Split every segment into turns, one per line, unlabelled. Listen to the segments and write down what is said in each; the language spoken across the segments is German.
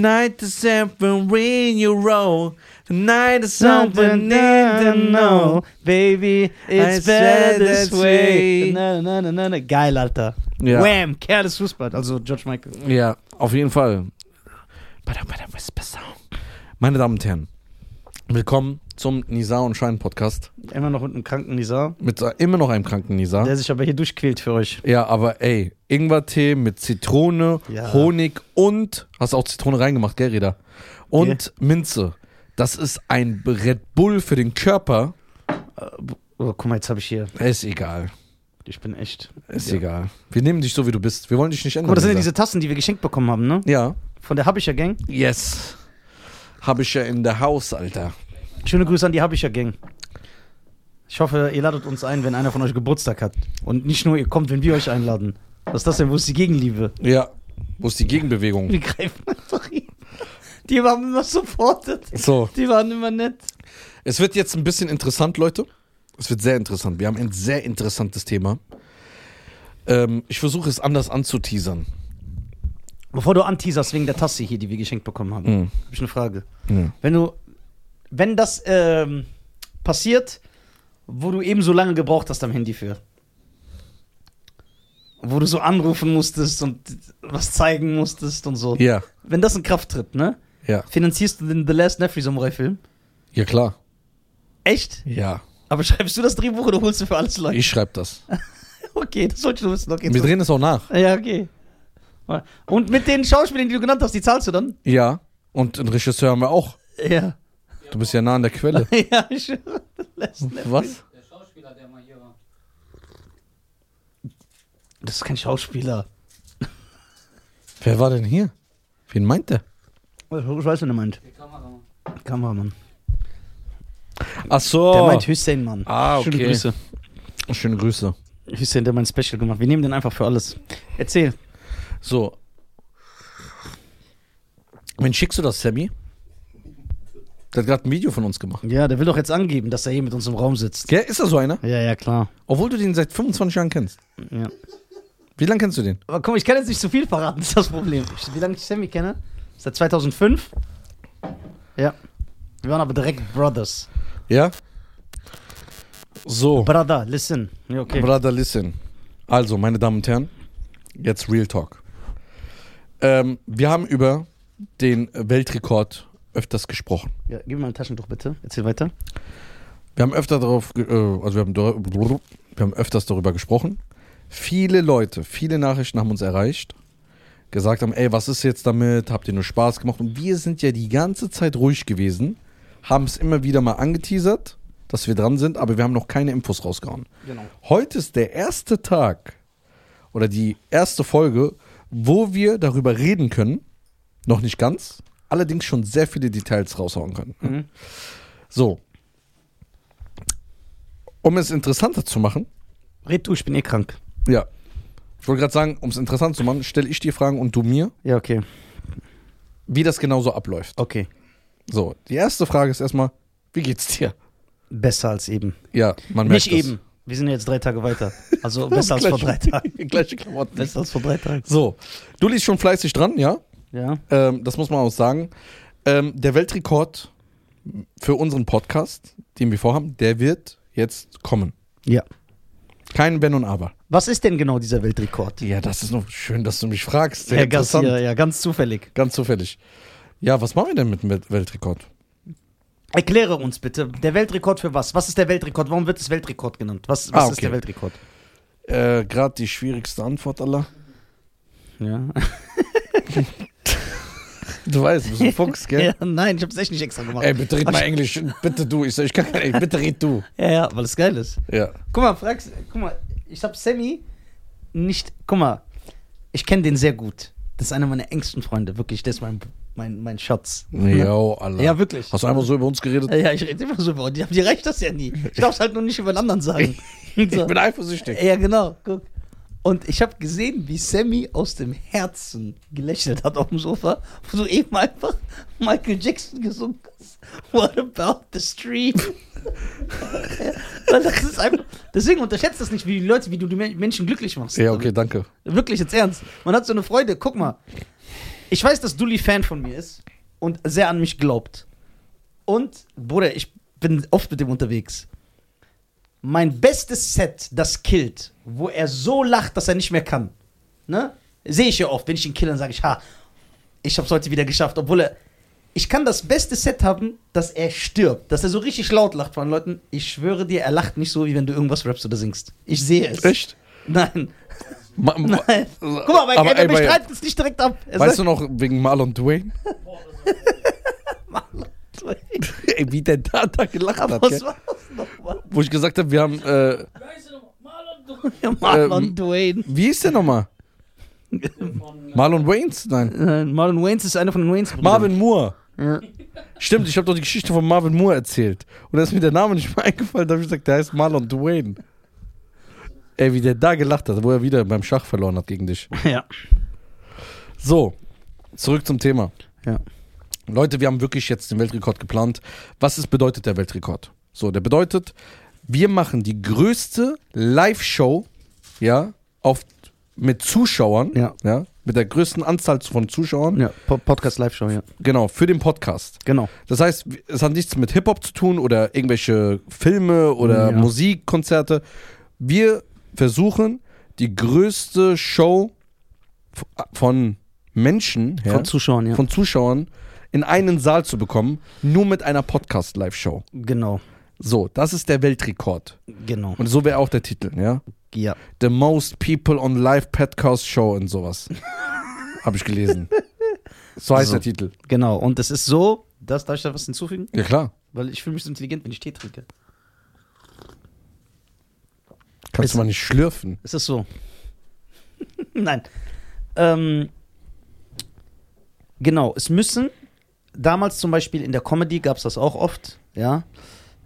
Tonight is something in your row. Tonight is something in the know.
baby,
it's better this way.
Na, na, na, na, na. Geil, Alter.
Ja.
Wham, Kerl des Fußballs, also George Michael.
Ja, auf jeden Fall. Badam, badam, whisper sound. Meine Damen und Herren, willkommen zum Nisa und Schein Podcast
Immer noch unten im kranken Nizar,
mit immer noch einem kranken Nisa.
der sich aber hier durchquält für euch.
Ja, aber ey, Ingwertee mit Zitrone,
Ja.
Honig und hast auch Zitrone reingemacht, gell, Reda? Und Minze. Das ist ein Red Bull für den Körper.
Oh, guck mal, jetzt habe ich hier.
Ist egal.
Ich bin echt.
Ist egal. Wir nehmen dich so, wie du bist. Wir wollen dich nicht ändern.
Guck mal, das sind ja
Nisa.
diese Tassen, die wir geschenkt bekommen haben, ne?
Ja.
Von der Habischer Gang.
Yes. Hab ich ja in der Haus, Alter.
Schöne Grüße an die Habischer Gang. Ich hoffe, ihr ladet uns ein, wenn einer von euch Geburtstag hat. Und nicht nur ihr kommt, wenn wir euch einladen. Was ist das denn? Wo ist die Gegenliebe?
Ja. Wo ist die Gegenbewegung?
Wir greifen einfach hin. Die haben immer supportet.
So.
Die waren immer nett.
Es wird jetzt ein bisschen interessant, Leute. Es wird sehr interessant. Wir haben ein sehr interessantes Thema. Ähm, ich versuche es anders anzuteasern.
Bevor du anteaserst wegen der Tasse hier, die wir geschenkt bekommen haben,
Mhm.
habe ich eine Frage.
Ja.
Wenn du, wenn das ähm, passiert, wo du eben so lange gebraucht hast am Handy für, wo du so anrufen musstest und was zeigen musstest und so,
Ja.
wenn das in Kraft tritt, ne?
Ja.
Finanzierst du den The Last Neffrey Samurai Film?
Ja, klar.
Echt?
Ja.
Aber schreibst du das Drehbuch oder holst du für alles Leute?
Ich schreibe das.
Okay, das sollte du wissen. Okay,
Wir drehen es auch nach.
Ja, okay. Und mit den Schauspielern, die du genannt hast, die zahlst du dann?
Ja. Und einen Regisseur haben wir auch.
Ja.
Du bist ja nah an der Quelle.
ja, ich schwöre. das lässt nicht.
Was?
Der Schauspieler, der mal hier war.
Das ist kein Schauspieler.
Wer war denn hier? Wen meint der?
Ich weiß, wen er meint.
Der Kameramann.
Kameramann.
Ach so.
Der meint Hussein, Mann.
Ah, okay.
Schöne Grüße.
Schöne Grüße.
Hussein, der hat mein Special gemacht. Wir nehmen den einfach für alles. Erzähl.
So. Wen schickst du das, Sammy? Der hat gerade ein Video von uns gemacht.
Ja, der will doch jetzt angeben, dass er hier mit uns im Raum sitzt.
Gell, ist da so einer?
Ja, ja, klar.
Obwohl du den seit 25 Jahren kennst.
Ja.
Wie lange kennst du den?
Aber komm, ich kann jetzt nicht zu viel verraten, das ist das Problem. Ich, wie lange ich Sammy kenne? Seit 2005. Ja. Wir waren aber direkt Brothers.
Ja? So,
Brother, listen. Ja, okay.
Brother, listen. Also, meine Damen und Herren, jetzt Real Talk. Ähm, wir haben über den Weltrekord öfters gesprochen.
Ja, gib mir mal ein Taschentuch bitte. Erzähl weiter.
Wir haben öfter darauf, ge- äh, also wir haben, dor- wir haben öfters darüber gesprochen. Viele Leute, viele Nachrichten haben uns erreicht, gesagt haben, ey, was ist jetzt damit? Habt ihr nur Spaß gemacht? Und wir sind ja die ganze Zeit ruhig gewesen, haben es immer wieder mal angeteasert, dass wir dran sind, aber wir haben noch keine Infos rausgehauen.
Genau.
Heute ist der erste Tag oder die erste Folge, wo wir darüber reden können. Noch nicht ganz, allerdings schon sehr viele Details raushauen können.
Mhm.
So. Um es interessanter zu machen,
Red du, ich bin eh krank.
ja. Ich wollte gerade sagen, um es interessant zu machen, stelle ich dir Fragen und du mir,
Ja, okay.
wie das genauso abläuft.
Okay.
So, die erste Frage ist erstmal, wie geht's dir?
Besser als eben.
Ja, man merkt
Nicht
es.
eben. Wir sind ja jetzt drei Tage weiter. Also besser als vor drei Tagen.
Gleiche Klamotten.
Besser als vor drei Tagen.
So, du liest schon fleißig dran, ja?
Ja.
Ähm, das muss man auch sagen. Ähm, der Weltrekord für unseren Podcast, den wir vorhaben, der wird jetzt kommen.
Ja.
Kein Wenn und Aber.
Was ist denn genau dieser Weltrekord?
Ja, das ist noch schön, dass du mich fragst. Sehr
Herr
interessant.
Garcia, ja, ganz zufällig.
Ganz zufällig. Ja, was machen wir denn mit dem Welt- Weltrekord?
Erkläre uns bitte, der Weltrekord für was? Was ist der Weltrekord? Warum wird es Weltrekord genannt? Was, was
Ah,
ist
okay.
der Weltrekord?
Äh, Gerade die schwierigste Antwort aller.
Ja.
Du weißt, du bist ein Fuchs, gell?
nein, ich hab's echt nicht extra gemacht.
Ey, bitte red mal Englisch. Bitte du. Ich, sag, ich kann kein Englisch. Bitte red du.
Ja, ja, weil es geil ist.
Ja.
Guck mal, fragst, guck mal, ich hab Sammy nicht, guck mal, ich kenne den sehr gut. Das ist einer meiner engsten Freunde, wirklich, der ist mein, mein, mein Schatz.
Jo, Allah.
Ja, wirklich.
Hast du einmal so über uns geredet?
Ja, ich rede immer so über die, die reicht das ja nie. Ich darf es halt nur nicht über den anderen sagen.
Ich
So.
bin eifersüchtig.
Ja, genau, guck. Und ich habe gesehen, wie Sammy aus dem Herzen gelächelt hat auf dem Sofa, wo du eben einfach Michael Jackson gesungen hast. What about the street? Ja, das ist einfach, deswegen unterschätzt das nicht, wie die Leute, wie du die Men- Menschen glücklich machst.
Ja, okay, danke.
Wirklich, jetzt ernst. Man hat so eine Freude, guck mal. Ich weiß, dass Dulli Fan von mir ist und sehr an mich glaubt. Und, Bruder, ich bin oft mit ihm unterwegs. Mein bestes Set, das killt, wo er so lacht, dass er nicht mehr kann. Ne? Sehe ich ja oft, wenn ich ihn kill, dann sage ich, ha, ich hab's heute wieder geschafft, obwohl er. Ich kann das beste Set haben, dass er stirbt, dass er so richtig laut lacht von den Leuten. Ich schwöre dir, er lacht nicht so, wie wenn du irgendwas rappst oder singst. Ich sehe es.
Echt?
Nein.
Ma ma
Nein. Guck mal, mein
Aber, ey,
Kevin
Bayer,
bestreitet es nicht direkt ab. Er
Weißt
sagt,
du noch, wegen Marlon Dwayne? Ey, wie der da, da gelacht hat,
was
gell?
war das nochmal?
Wo ich gesagt habe, wir haben, äh,
Weißt du noch, Marlon Dwayne
Marlon
Ähm,
Dwayne.
wie ist der nochmal?
von
Marlon Waynes? Nein.
Nein, Marlon Waynes ist einer von den Waynes.
Marvin Moore.
Ja.
Stimmt, ich habe doch die Geschichte von Marvin Moore erzählt. Und da ist mir der Name nicht mehr eingefallen. Da habe ich gesagt, der heißt Marlon Dwayne. Ey, wie der da gelacht hat, wo er wieder beim Schach verloren hat gegen dich.
Ja.
So, zurück zum Thema.
Ja.
Leute, wir haben wirklich jetzt den Weltrekord geplant. Was ist, bedeutet der Weltrekord? So, der bedeutet, wir machen die größte Live-Show, ja, auf, mit Zuschauern,
Ja.
mit der größten Anzahl von Zuschauern,
ja. Po- Podcast Live Show, ja.
genau, für den Podcast.
Genau.
Das heißt, es hat nichts mit Hip-Hop zu tun oder irgendwelche Filme oder
Ja.
Musikkonzerte. Wir versuchen, die größte Show f- von Menschen, ja,
Von Zuschauern, ja.
von Zuschauern, in einen Saal zu bekommen, nur mit einer Podcast-Live-Show.
genau.
So, das ist der Weltrekord.
Genau.
Und so wäre auch der Titel, ja?
Ja.
The Most People on Live Podcast Show und sowas. Habe ich gelesen. So heißt
So.
der Titel.
Genau. Und es ist so, dass, darf ich da was hinzufügen?
Ja, klar.
Weil ich fühle mich so intelligent, wenn ich Tee trinke.
Kannst
Es-
du mal nicht schlürfen.
Es ist so. Nein. Ähm, genau, es müssen, damals zum Beispiel in der Comedy gab es das auch oft, ja.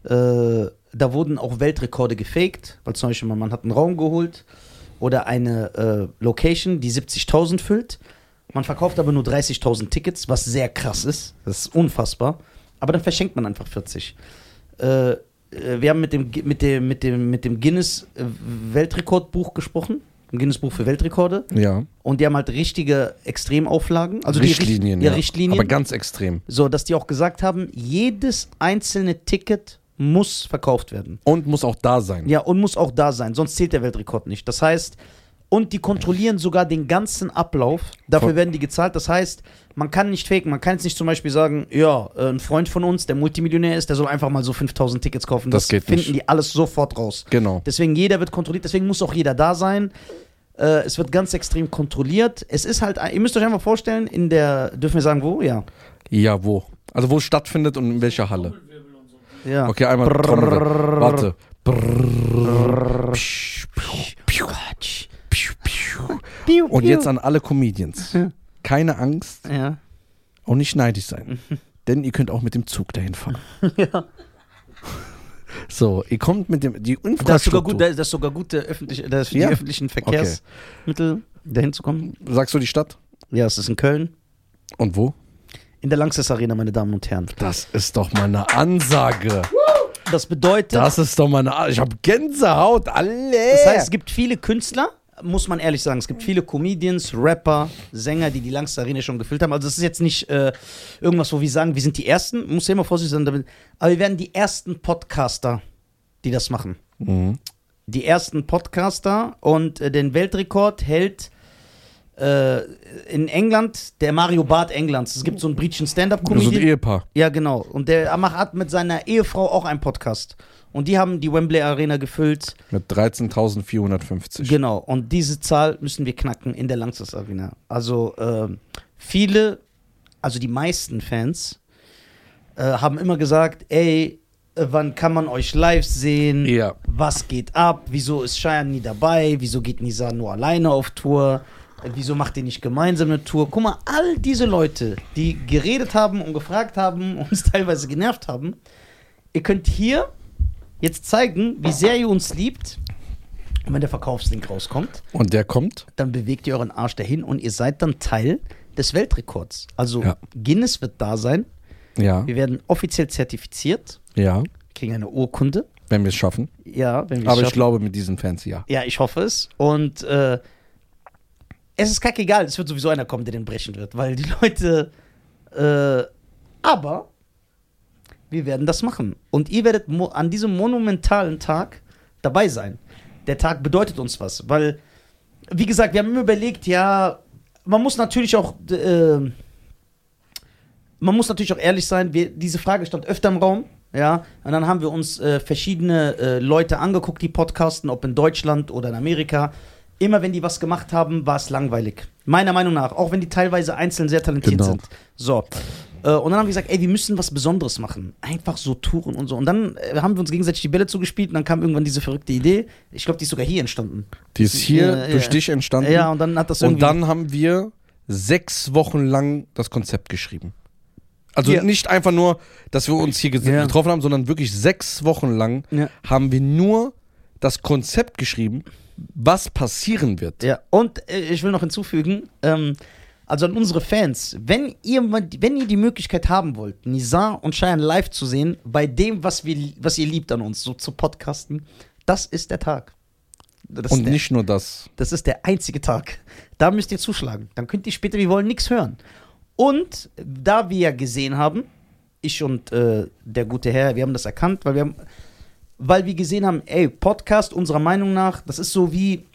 Äh, da wurden auch Weltrekorde gefaked, weil zum Beispiel man, man hat einen Raum geholt oder eine äh, Location, die 70.000 füllt. Man verkauft aber nur 30.000 Tickets, was sehr krass ist. Das ist unfassbar. Aber dann verschenkt man einfach 40 äh, äh, wir haben mit dem, Gi- mit dem, mit dem, mit dem Guinness äh, Weltrekordbuch gesprochen, im Guinness Buch für Weltrekorde.
Ja.
Und die haben halt richtige Extremauflagen, also
Richtlinien,
die, Richt- ja, Richtlinien,
Aber ganz extrem.
so dass die auch gesagt haben, jedes einzelne Ticket muss verkauft werden.
Und muss auch da sein.
Ja, und muss auch da sein, sonst zählt der Weltrekord nicht. Das heißt, und die kontrollieren sogar den ganzen Ablauf. Dafür
Voll.
werden die gezahlt. Das heißt, man kann nicht faken. Man kann jetzt nicht zum Beispiel sagen, ja, äh, ein Freund von uns, der Multimillionär ist, der soll einfach mal so 5000 Tickets kaufen.
Das geht
finden
nicht.
die alles sofort raus.
Genau.
Deswegen jeder wird kontrolliert, deswegen muss auch jeder da sein. Äh, es wird ganz extrem kontrolliert. Es ist halt, ein- ihr müsst euch einfach vorstellen, in der, dürfen wir sagen, wo? Ja.
Ja, wo? Also wo es stattfindet und in welcher Halle.
Wirbel und so.
ja.
Okay, einmal Trommelwirbel. Warte. Brrrr. Psch, psch, psch, psch,
Quatsch.
psch. Und jetzt an alle Comedians. Keine Angst
Ja.
und nicht neidisch sein.
Mhm.
Denn ihr könnt auch mit dem Zug dahin fahren.
ja.
So, ihr kommt mit dem die
Da ist sogar
Infrastruktur.
gut, da ist das sogar gut, der öffentliche, das für
Ja.
die öffentlichen Verkehrsmittel dahin zu kommen.
Sagst du die Stadt?
Ja, es ist in Köln.
Und wo?
In der Lanxess Arena, meine Damen und Herren.
Das ist doch mal eine Ansage.
Das bedeutet, das,
Das ist doch mal eine Ansage. Ich habe Gänsehaut. Alle.
heißt, es gibt viele Künstler, muss man ehrlich sagen, es gibt viele Comedians, Rapper, Sänger, die die Lanxess Arena schon gefüllt haben. Also es ist jetzt nicht äh, irgendwas, wo wir sagen, wir sind die Ersten, muss ja immer vorsichtig sein damit. Aber wir werden die ersten Podcaster, die das machen.
mhm.
die ersten Podcaster und äh, den Weltrekord hält äh, in England der Mario Barth Englands. Es gibt so einen britischen
So ein
Stand-up-Comedian.
Ehepaar.
ja, genau. Und der macht hat mit seiner Ehefrau auch einen Podcast. Und die haben die Wembley Arena gefüllt.
Mit 13.450.
Genau. Und diese Zahl müssen wir knacken in der Lanxess Arena. Also ähm, viele, also die meisten Fans äh, haben immer gesagt, ey, äh, wann kann man euch live sehen?
Ja.
was geht ab, wieso ist Cheyenne nie dabei, wieso geht Nisa nur alleine auf Tour, Äh, wieso macht ihr nicht gemeinsam eine Tour. Guck mal, all diese Leute, die geredet haben und gefragt haben, uns teilweise genervt haben, ihr könnt hier jetzt zeigen, wie sehr ihr uns liebt. Und wenn der Verkaufslink rauskommt,
Und der kommt?
dann bewegt ihr euren Arsch dahin und ihr seid dann Teil des Weltrekords. Also
Ja.
Guinness wird da sein,
Ja.
wir werden offiziell zertifiziert,
Ja.
kriegen eine Urkunde.
Wenn wir es schaffen.
Ja, wenn wir es
Aber ich
schaffen.
glaube mit diesen Fans ja.
Ja, ich hoffe es. Und äh, es ist kackegal, es wird sowieso einer kommen, der den brechen wird, weil die Leute. Äh, aber wir werden das machen. Und ihr werdet mo an diesem monumentalen Tag dabei sein. Der Tag bedeutet uns was, weil, wie gesagt, wir haben immer überlegt, ja, man muss natürlich auch. Äh, man muss natürlich auch ehrlich sein, wir, diese Frage stand öfter im Raum. Ja, und dann haben wir uns äh, verschiedene äh, Leute angeguckt, die podcasten, ob in Deutschland oder in Amerika. Immer wenn die was gemacht haben, war es langweilig. Meiner Meinung nach, auch wenn die teilweise einzeln sehr talentiert
Genau.
sind. So. Äh, und dann haben wir gesagt, ey, wir müssen was Besonderes machen. Einfach so Touren und so. Und dann äh, haben wir uns gegenseitig die Bälle zugespielt und dann kam irgendwann diese verrückte Idee. Ich glaube, die ist sogar hier entstanden.
Die ist hier
äh, Ja, ja.
durch dich entstanden.
Ja, und dann hat das irgendwie.
Und dann haben wir sechs Wochen lang das Konzept geschrieben. Also
Ja.
nicht einfach nur, dass wir uns hier ges-
Ja.
getroffen haben, sondern wirklich sechs Wochen lang
Ja.
haben wir nur das Konzept geschrieben, was passieren wird.
Ja, und äh, ich will noch hinzufügen, ähm, also an unsere Fans, wenn ihr, mal- wenn ihr die Möglichkeit haben wollt, Nizar und Cheyenne live zu sehen, bei dem, was, wir, was ihr liebt an uns, so zu podcasten, das ist der Tag. Das,
Und
ist der,
nicht nur das.
das ist der einzige Tag. Da müsst ihr zuschlagen. Dann könnt ihr später, wir wollen nichts hören. Und da wir ja gesehen haben, ich und äh, der gute Herr, wir haben das erkannt, weil wir haben, weil wir gesehen haben, ey, Podcast unserer Meinung nach, das ist so wie,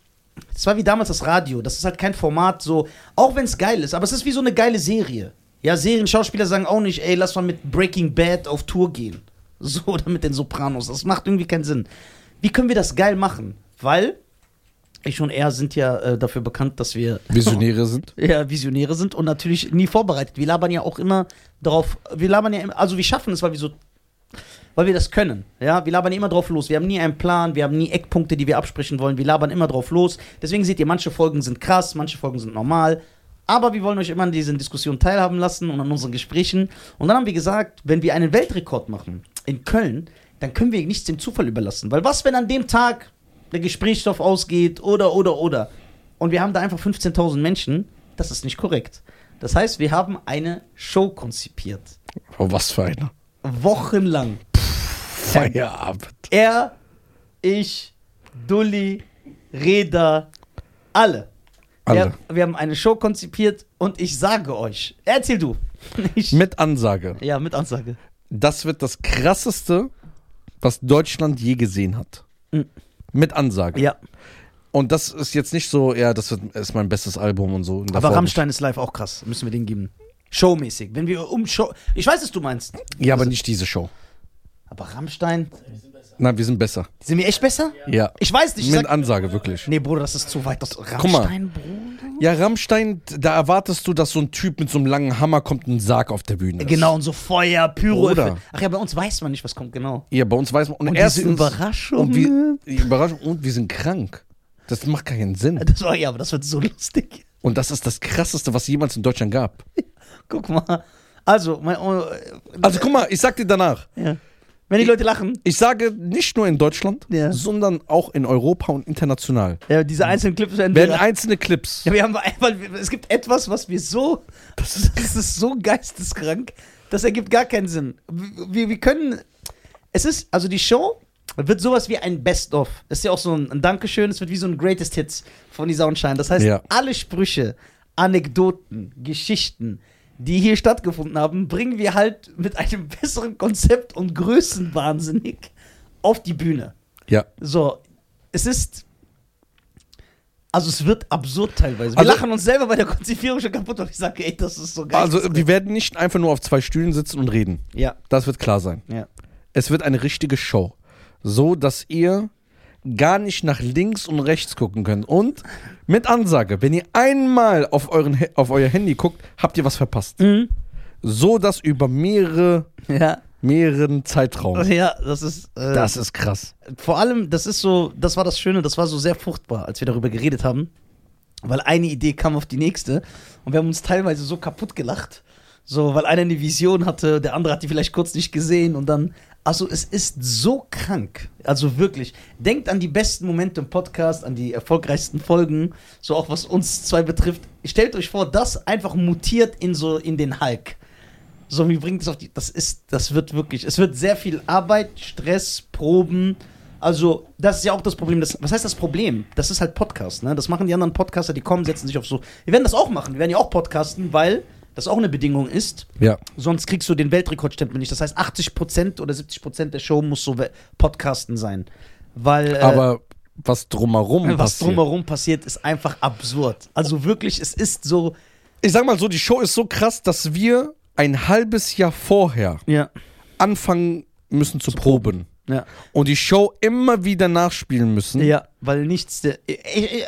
das war wie damals das Radio. Das ist halt kein Format so, auch wenn es geil ist, aber es ist wie so eine geile Serie. Ja, Serienschauspieler sagen auch nicht, ey, lass mal mit Breaking Bad auf Tour gehen. So, oder mit den Sopranos. Das macht irgendwie keinen Sinn. Wie können wir das geil machen? Weil ich und er sind ja äh, dafür bekannt, dass wir
Visionäre sind.
ja, Visionäre sind und natürlich nie vorbereitet. Wir labern ja auch immer drauf, wir labern ja, immer- also wir schaffen es, weil wir so, weil wir das können. Ja, wir labern immer drauf los. Wir haben nie einen Plan, wir haben nie Eckpunkte, die wir absprechen wollen. Wir labern immer drauf los. Deswegen seht ihr, manche Folgen sind krass, manche Folgen sind normal. Aber wir wollen euch immer an diesen Diskussionen teilhaben lassen und an unseren Gesprächen. Und dann haben wir gesagt, wenn wir einen Weltrekord machen in Köln, dann können wir nichts dem Zufall überlassen. Weil was, wenn an dem Tag der Gesprächsstoff ausgeht oder, oder, oder? Und wir haben da einfach 15.000 Menschen. Das ist nicht korrekt. Das heißt, wir haben eine Show konzipiert.
Oh, was für einer.
Wochenlang.
Feierabend.
Er, ich, Dulli, Reda, alle.
Alle.
Wir, wir haben eine Show konzipiert und ich sage euch, erzähl du. Ich,
Mit Ansage.
ja, mit Ansage.
Das wird das krasseste, was Deutschland je gesehen hat.
Mhm.
Mit Ansage.
Ja,
Und das ist jetzt nicht so, ja, das wird, ist mein bestes Album und so.
aber
Davor-
Rammstein ist live auch krass. Müssen wir den geben. Showmäßig. Wenn wir um Show. Ich weiß, was du meinst.
Ja, aber nicht diese Show.
Aber Rammstein.
Nein, wir sind besser.
Sind wir echt besser?
Ja.
Ich weiß nicht. Ich
Mit
sag,
Ansage, wirklich.
nee, Bruder, das ist zu weit. Das
Guck mal.
Rammstein, Bruder.
Ja, Rammstein, da erwartest du, dass so ein Typ mit so einem langen Hammer kommt und einen Sarg auf der Bühne ist.
Genau, und so Feuer, Pyro.
Bruder.
Ach ja, bei uns weiß man nicht, was kommt, genau.
Ja, bei uns weiß man. Und,
Und diese
erstens,
Überraschung.
Und wir, die Überraschung. Und wir sind krank. Das macht keinen Sinn.
Das war ja, aber das wird so lustig.
Und das ist das Krasseste, was jemals in Deutschland gab.
Guck mal. Also, mein, oh, äh,
Also guck mal, ich sag dir danach.
ja. wenn die Leute lachen,
Ich sage nicht nur in Deutschland,
Ja.
sondern auch in Europa und international.
ja, diese einzelnen Clips werden.
Werden
wir,
einzelne Clips.
ja, wir haben, weil wir- es gibt etwas, was wir so. Das ist, so geisteskrank, das ergibt gar keinen Sinn. Wir, wir können. Es ist, also die Show wird sowas wie ein Best-of. Ist ja auch so ein, ein Dankeschön, es wird wie so ein Greatest Hits von Isa und Shine. Das heißt,
Ja.
alle Sprüche, Anekdoten, Geschichten, die hier stattgefunden haben, bringen wir halt mit einem besseren Konzept und Größenwahnsinnig auf die Bühne.
Ja.
So, es ist. Also es wird absurd teilweise. Wir
Also-
lachen uns selber bei der Konzipierung schon kaputt, weil ich sage, ey, das ist so geil.
Also wir werden nicht einfach nur auf zwei Stühlen sitzen und reden.
ja,
Das wird klar sein.
ja.
Es wird eine richtige Show. So, dass ihr gar nicht nach links und rechts gucken könnt. Und mit Ansage, wenn ihr einmal auf, euren, He- auf euer Handy guckt, habt ihr was verpasst.
Mhm.
So, dass über mehrere,
Ja,
mehreren Zeitraum.
ja, das ist. Äh,
Um- Das ist krass.
Vor allem, das ist so, das war das Schöne, das war so sehr fruchtbar, als wir darüber geredet haben. Weil eine Idee kam auf die nächste und wir haben uns teilweise so kaputt gelacht. So, weil einer eine Vision hatte, der andere hat die vielleicht kurz nicht gesehen und dann. Also, es ist so krank. Also wirklich. Denkt an die besten Momente im Podcast, an die erfolgreichsten Folgen, so auch was uns zwei betrifft. Stellt euch vor, das einfach mutiert in so in den Hulk. So, wie bringt es auf die. Das ist, das wird wirklich. Es wird sehr viel Arbeit, Stress, Proben, Also, das ist ja auch das Problem. Das, was heißt das Problem? Das ist halt Podcast, ne? Das machen die anderen Podcaster, die kommen, setzen sich auf so. Wir werden das auch machen. Wir werden ja auch podcasten, weil das auch eine Bedingung ist.
Ja.
Sonst kriegst du den Weltrekordstempel nicht. Das heißt, 80% oder 70% der Show muss so we- Podcasten sein. Weil. äh,
Aber was drumherum
was
passiert.
drumherum passiert, ist einfach absurd. Also wirklich, es ist so.
Ich sag mal so, die Show ist so krass, dass wir ein halbes Jahr vorher
Ja,
anfangen müssen zu proben.
ja.
Und die Show immer wieder nachspielen müssen.
Ja, weil nichts. Der, ich, ich,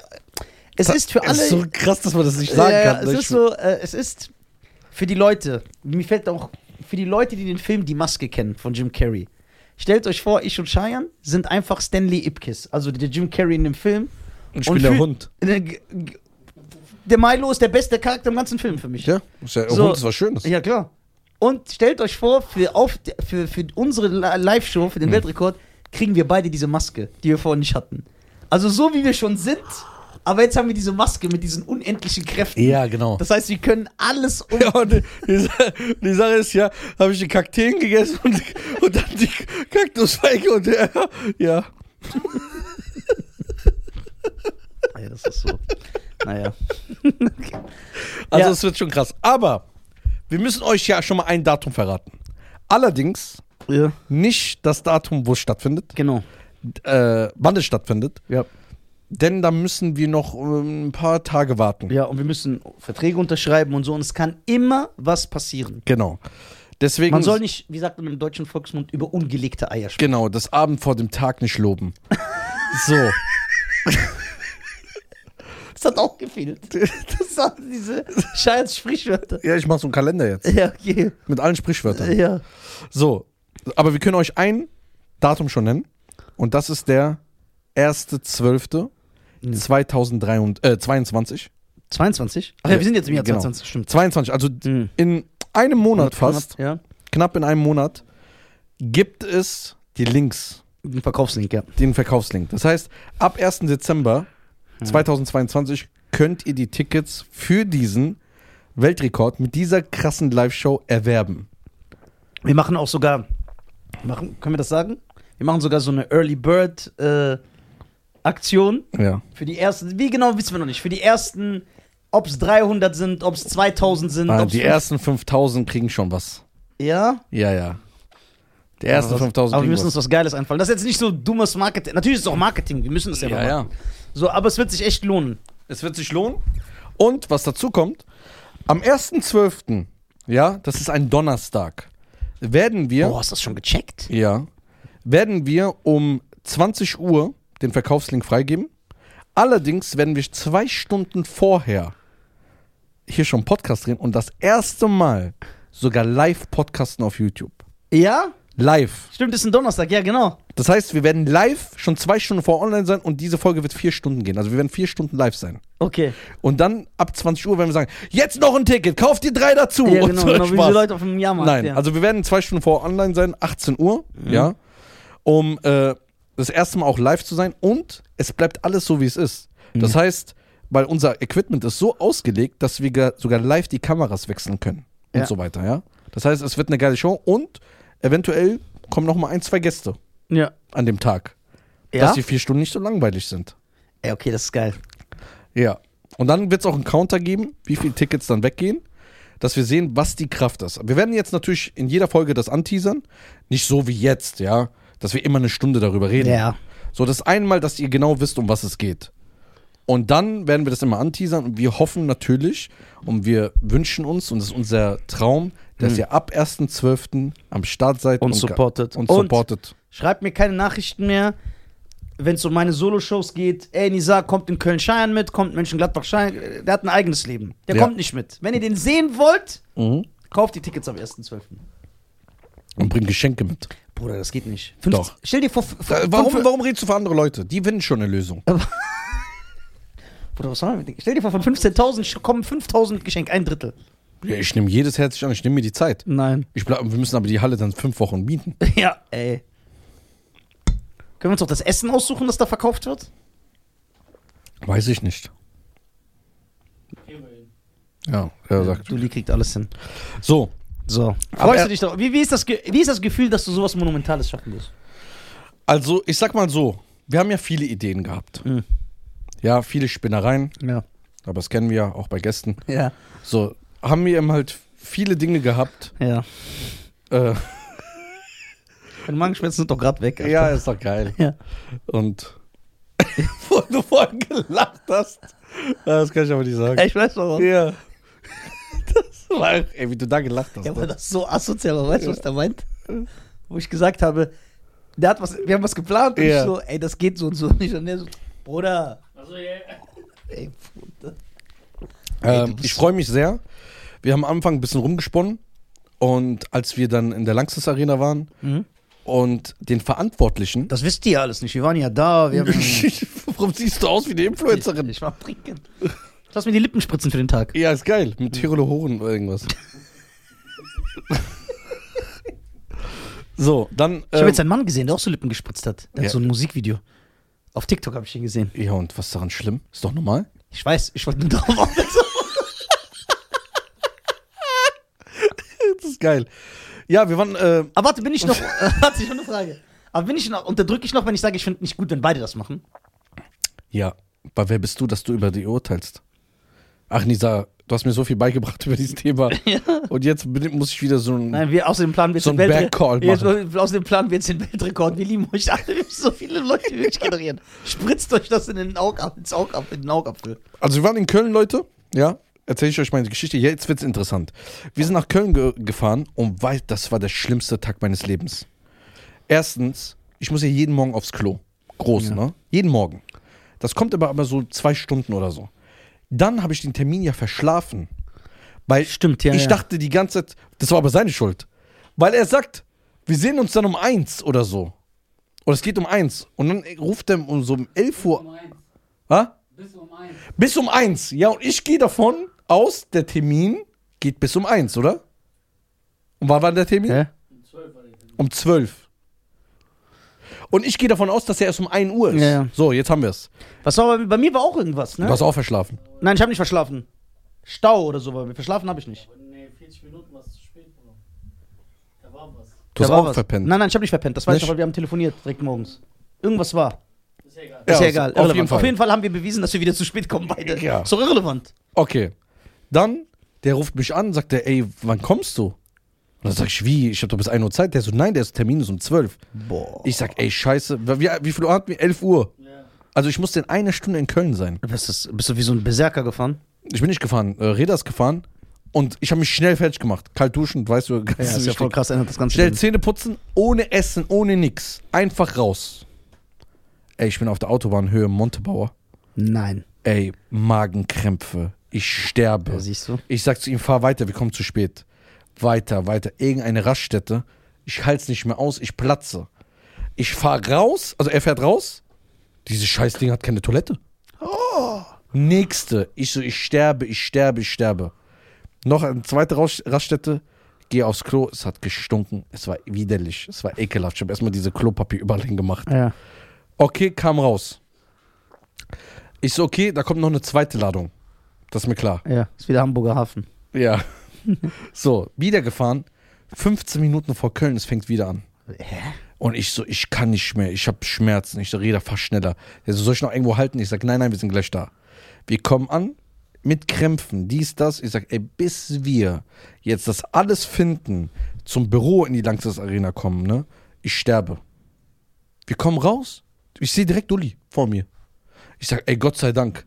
es ist für alle.
Es ist so krass, dass man das nicht
Ja,
sagen
ja,
kann.
Es
ne?
ist so, äh, es ist für die Leute, mir fällt auch, für die Leute, die den Film Die Maske kennen von Jim Carrey. Stellt euch vor, ich und Cheyenne sind einfach Stanley Ipkiss, also der Jim Carrey in dem Film.
ich bin der
für-
Hund.
Der, der Milo ist der beste Charakter im ganzen Film für mich.
Ja, ist ja
So.
Hund ist was Schönes.
Ja, klar. Und stellt euch vor, für, auf, für, für unsere Li- Live-Show,
Mhm.
für den Weltrekord, kriegen wir beide diese Maske, die wir vorher nicht hatten. Also so wie wir schon sind, aber jetzt haben wir diese Maske mit diesen unendlichen Kräften.
genau.
Das heißt, wir können alles um.
Ja, und die, die, Sa- die Sache ist ja, habe ich die Kakteen gegessen und, und dann die Kaktusfeige und der, ja.
Ah Ja, das ist so. Naja.
Also
Ja.
es wird schon krass. Aber wir müssen euch ja schon mal ein Datum verraten. Allerdings
Ja,
nicht das Datum, wo es stattfindet,
genau.
äh, wann es stattfindet,
Ja.
denn da müssen wir noch ähm, ein paar Tage warten.
ja, und wir müssen Verträge unterschreiben und so. Und es kann immer was passieren.
Genau. Deswegen
Man soll nicht, wie sagt man im deutschen Volksmund, über ungelegte Eier sprechen.
genau das Abend vor dem Tag nicht loben. so.
Das hat auch gefehlt. Das sind diese scheiß Sprichwörter.
Ja, ich mache so einen Kalender jetzt
Ja, okay.
mit allen Sprichwörtern.
Ja.
So, aber wir können euch ein Datum schon nennen. Und das ist der
Hm.
1.12.2023. Äh, 22.
22? Ach ja, wir sind jetzt im Jahr
Genau.
22, stimmt.
22, also d-
Mhm.
in einem Monat fast,
Ja.
knapp in einem Monat, gibt es die Links,
Ein Verkaufslink, ja.
den Verkaufslink. Das heißt, ab 1. Dezember
Hm.
2022 könnt ihr die Tickets für diesen Weltrekord mit dieser krassen Live-Show erwerben.
Wir machen auch sogar, machen, können wir das sagen? Wir machen sogar so eine Early Bird äh, Aktion
Ja.
für die ersten, wie genau wissen wir noch nicht, für die ersten, ob es 300 sind, ob es 2000 sind,
Ah,
ob's
die
fünf-
ersten 5000 kriegen schon was.
Ja,
Ja, ja. Die ersten
aber was-
5000
Aber wir
kriegen
müssen uns was Geiles einfallen. Das ist jetzt nicht so dummes Marketing. Natürlich ist es auch Marketing, wir müssen das ja,
Ja,
machen.
ja.
So, aber es wird sich echt lohnen.
Es wird sich lohnen. Und was dazu kommt, am 1.12., ja, das ist ein Donnerstag, werden wir,
Boah, Oh, hast du das schon gecheckt?
ja, werden wir um 20 Uhr den Verkaufslink freigeben. Allerdings werden wir zwei Stunden vorher hier schon Podcast drehen und das erste Mal sogar live podcasten auf YouTube.
Ja?
Live.
Stimmt, ist ein Donnerstag, ja, genau.
Das heißt, wir werden live schon zwei Stunden vor online sein und diese Folge wird vier Stunden gehen. Also wir werden vier Stunden live sein.
Okay.
Und dann ab 20 Uhr werden wir sagen, jetzt noch ein Ticket, kauft dir drei dazu.
Ja,
und
genau,
so
genau wie diese
Spaß.
Leute auf dem Jahrmarkt.
Nein,
ja.
also wir werden zwei Stunden vor online sein, 18 Uhr, ja, um äh, das erste Mal auch live zu sein und es bleibt alles so, wie es ist. Das heißt, weil unser Equipment ist so ausgelegt, dass wir ga- sogar live die Kameras wechseln können und
Ja.
so weiter, ja. Das heißt, es wird eine geile Show und eventuell kommen noch mal ein, zwei Gäste
ja.
an dem Tag,
Ja?
dass die vier Stunden nicht so langweilig sind.
Ey, okay, das ist geil.
Ja. Und dann wird es auch einen Counter geben, wie viele Tickets dann weggehen, dass wir sehen, was die Kraft ist. Wir werden jetzt natürlich in jeder Folge das anteasern. Nicht so wie jetzt, ja. Dass wir immer eine Stunde darüber reden.
Ja.
So, das einmal, dass ihr genau wisst, um was es geht. Und dann werden wir das immer anteasern und wir hoffen natürlich und wir wünschen uns, und das ist unser Traum, dass ihr ab 1.12. am Start seid
Und supportet.
Und
Und-
supportet.
Schreibt mir keine Nachrichten mehr, wenn es um meine Solo-Shows geht. Ey, Nisa kommt in Köln-Schein mit, kommt in Mönchengladbach-Schein. Der hat ein eigenes Leben. Der
Ja.
kommt nicht mit. Wenn ihr den sehen wollt,
Mhm.
kauft die Tickets am 1.12.
Und bringt Geschenke mit.
Bruder, das geht nicht.
Doch.
Stell dir vor, f- f-
Da, warum,
fünf-
warum redest du für andere Leute? Die finden schon eine Lösung.
Bruder, was soll man mit- Stell dir vor, von 15.000 sch- kommen 5.000 Geschenke, ein Drittel.
Ja, ich nehme jedes herzlich an, ich nehme mir die Zeit.
Nein.
Ich bleib, wir müssen aber die Halle dann fünf Wochen mieten.
Ja, ey. Können wir uns auch das Essen aussuchen, das da verkauft wird?
Weiß ich nicht.
Immerhin.
Ja, er sagt.
Julie kriegt alles hin.
So,
So.
Aber
Freust
er-
du dich drauf? Wie, wie, ist das, Ge- wie ist das Gefühl, dass du sowas Monumentales schaffen wirst?
Also, ich sag mal so, wir haben ja viele Ideen gehabt.
Mhm.
Ja, viele Spinnereien,
Ja.
aber das kennen wir ja auch bei Gästen.
Ja.
So, haben wir eben halt viele Dinge gehabt.
Ja.
Äh,
Meine Magenschmerzen sind doch gerade weg. Alter.
ja, ist doch geil.
Ja.
Und wo du vorhin gelacht hast, das kann ich aber nicht sagen.
Ich weiß noch. was.
Ja. Das war, ey, wie du da gelacht hast.
Ja, aber
ne?
das ist so asozial, aber weißt du, was der meint? Wo ich gesagt habe, der hat was, wir haben was geplant und
Ja.
ich so, ey, das geht so und so nicht. Und der so, Bruder,
Also, ja.
ey, Bruder. Ey, du
Ähm,
bist
ich
so-
freue mich sehr. Wir haben am Anfang ein bisschen rumgesponnen und als wir dann in der Lanxess Arena waren und den Verantwortlichen.
Das wisst ihr ja alles nicht. Wir waren ja da. Wir haben
Warum siehst du aus wie eine Influencerin?
Ich war trinken. Lass mir die Lippen spritzen für den Tag.
Ja, ist geil. Mit Tirolo Horen oder irgendwas. so, dann.
Ich habe
ähm,
jetzt einen Mann gesehen, der auch so Lippen gespritzt hat. Der
Ja.
hat so ein Musikvideo. Auf TikTok habe ich ihn gesehen.
ja, und was ist daran schlimm? Ist doch normal.
Ich weiß, ich wollte nur darauf aufmerksam.
Das ist geil. Ja, wir waren. Äh,
Aber warte, bin ich noch. warte, ich habe eine Frage. Aber bin ich noch. Unterdrücke ich noch, wenn ich sage, ich finde nicht gut, wenn beide das machen?
ja, aber wer bist du, dass du über die urteilst? Ach, Nisa, du hast mir so viel beigebracht über dieses Thema. Und jetzt bin- muss ich wieder so ein.
Nein, wir außerdem planen wir jetzt
So ein Backcall
Weltre- Jetzt- Außerdem planen wir jetzt den Weltrekord. Wir lieben euch alle. Wir haben so viele Leute wie euch generieren. Spritzt euch das in den Augapfel, ins Augapfel, in den Augapfel.
Also wir waren in Köln, Leute. Ja, erzähle ich euch meine Geschichte. Jetzt wird's interessant. Wir sind nach Köln ge gefahren und wei, das war der schlimmste Tag meines Lebens. Erstens, ich muss ja jeden Morgen aufs Klo. Groß, ne? Jeden Morgen. Das kommt aber aber so zwei Stunden oder so. Dann habe ich den Termin ja verschlafen. Weil
Stimmt, ja,
Ich
ja.
dachte die ganze Zeit, das war aber seine Schuld. Weil er sagt, wir sehen uns dann um eins oder so. Oder es geht um eins. Und dann ruft er um so um 11
um
Uhr.
eins.
Ha?
Bis um eins.
Bis um eins. Ja, und ich gehe davon aus, der Termin geht bis um eins, oder? Und wann war der Termin?
Um zwölf war der Termin.
Um zwölf. Und ich gehe davon aus, dass er erst um 1 Uhr ist.
Ja, ja.
So, jetzt haben wir es.
Was war bei, bei mir war auch irgendwas,
Du
ne?
hast auch verschlafen.
Nein, ich habe nicht verschlafen. Stau oder so, aber verschlafen habe ich nicht.
Nee, 40 Minuten war es zu spät, Bruder. Da war was.
Du hast
Da war
auch
was.
verpennt.
Nein, nein, ich habe nicht verpennt. Das weiß
Nicht?
ich, aber wir haben telefoniert direkt morgens. Irgendwas war.
Ist ja egal.
Ja.
Ist ja,
also,
egal.
auf
irrelevant.
jeden Fall.
auf jeden Fall haben wir bewiesen, dass wir wieder zu spät kommen beide.
Ja.
So irrelevant.
Okay. Dann, der ruft mich an, sagt er, ey, wann kommst du? Und dann sag ich, wie? Ich habe doch bis 1 Uhr Zeit. Der so, nein, der Termin ist um 12.
Boah.
Ich sag, ey, scheiße. Wie, wie viel Uhr hatten wir? 11 Uhr.
Ja.
Also ich musste in einer Stunde in Köln sein.
Bist, das, bist du wie so ein Berserker gefahren?
ich bin nicht gefahren, äh, Reda ist gefahren und ich habe mich schnell fertig gemacht. Kalt duschen, weißt du, ganz
Ja, das ist ja
wichtig.
voll krass, ändert das Ganze.
Schnell Zähne putzen, ohne Essen, ohne nix. Einfach raus. Ey, ich bin auf der Autobahnhöhe Montebauer.
Nein.
Ey, Magenkrämpfe. Ich sterbe.
Ja, siehst du.
Ich sag zu ihm, fahr weiter, wir kommen zu spät. Weiter, weiter. Irgendeine Raststätte. Ich halt's nicht mehr aus, ich platze. Ich fahr raus, also er fährt raus. Dieses Scheißding hat keine Toilette.
Oh.
Nächste. Ich so, ich sterbe, ich sterbe, ich sterbe. Noch eine zweite Raus- Raststätte. Geh aufs Klo, es hat gestunken. Es war widerlich, es war ekelhaft. Ich habe erstmal diese Klopapier überall hingemacht.
Ja.
Okay, kam raus. Ich so, okay, da kommt noch eine zweite Ladung. Das ist mir klar.
Ja, ist wieder Hamburger Hafen.
Ja. So, wieder gefahren. 15 Minuten vor Köln, es fängt wieder an.
Hä?
Und ich so, ich kann nicht mehr, ich habe Schmerzen. Ich so, Reda, fahr schneller. Der so, soll ich noch irgendwo halten? Ich sag, nein, nein, wir sind gleich da. Wir kommen an mit Krämpfen, dies, das. Ich sag, ey, bis wir jetzt das alles finden, zum Büro in die Lanxess Arena kommen, ne? Ich sterbe. Wir kommen raus. Ich sehe direkt Uli vor mir. Ich sag, ey, Gott sei Dank.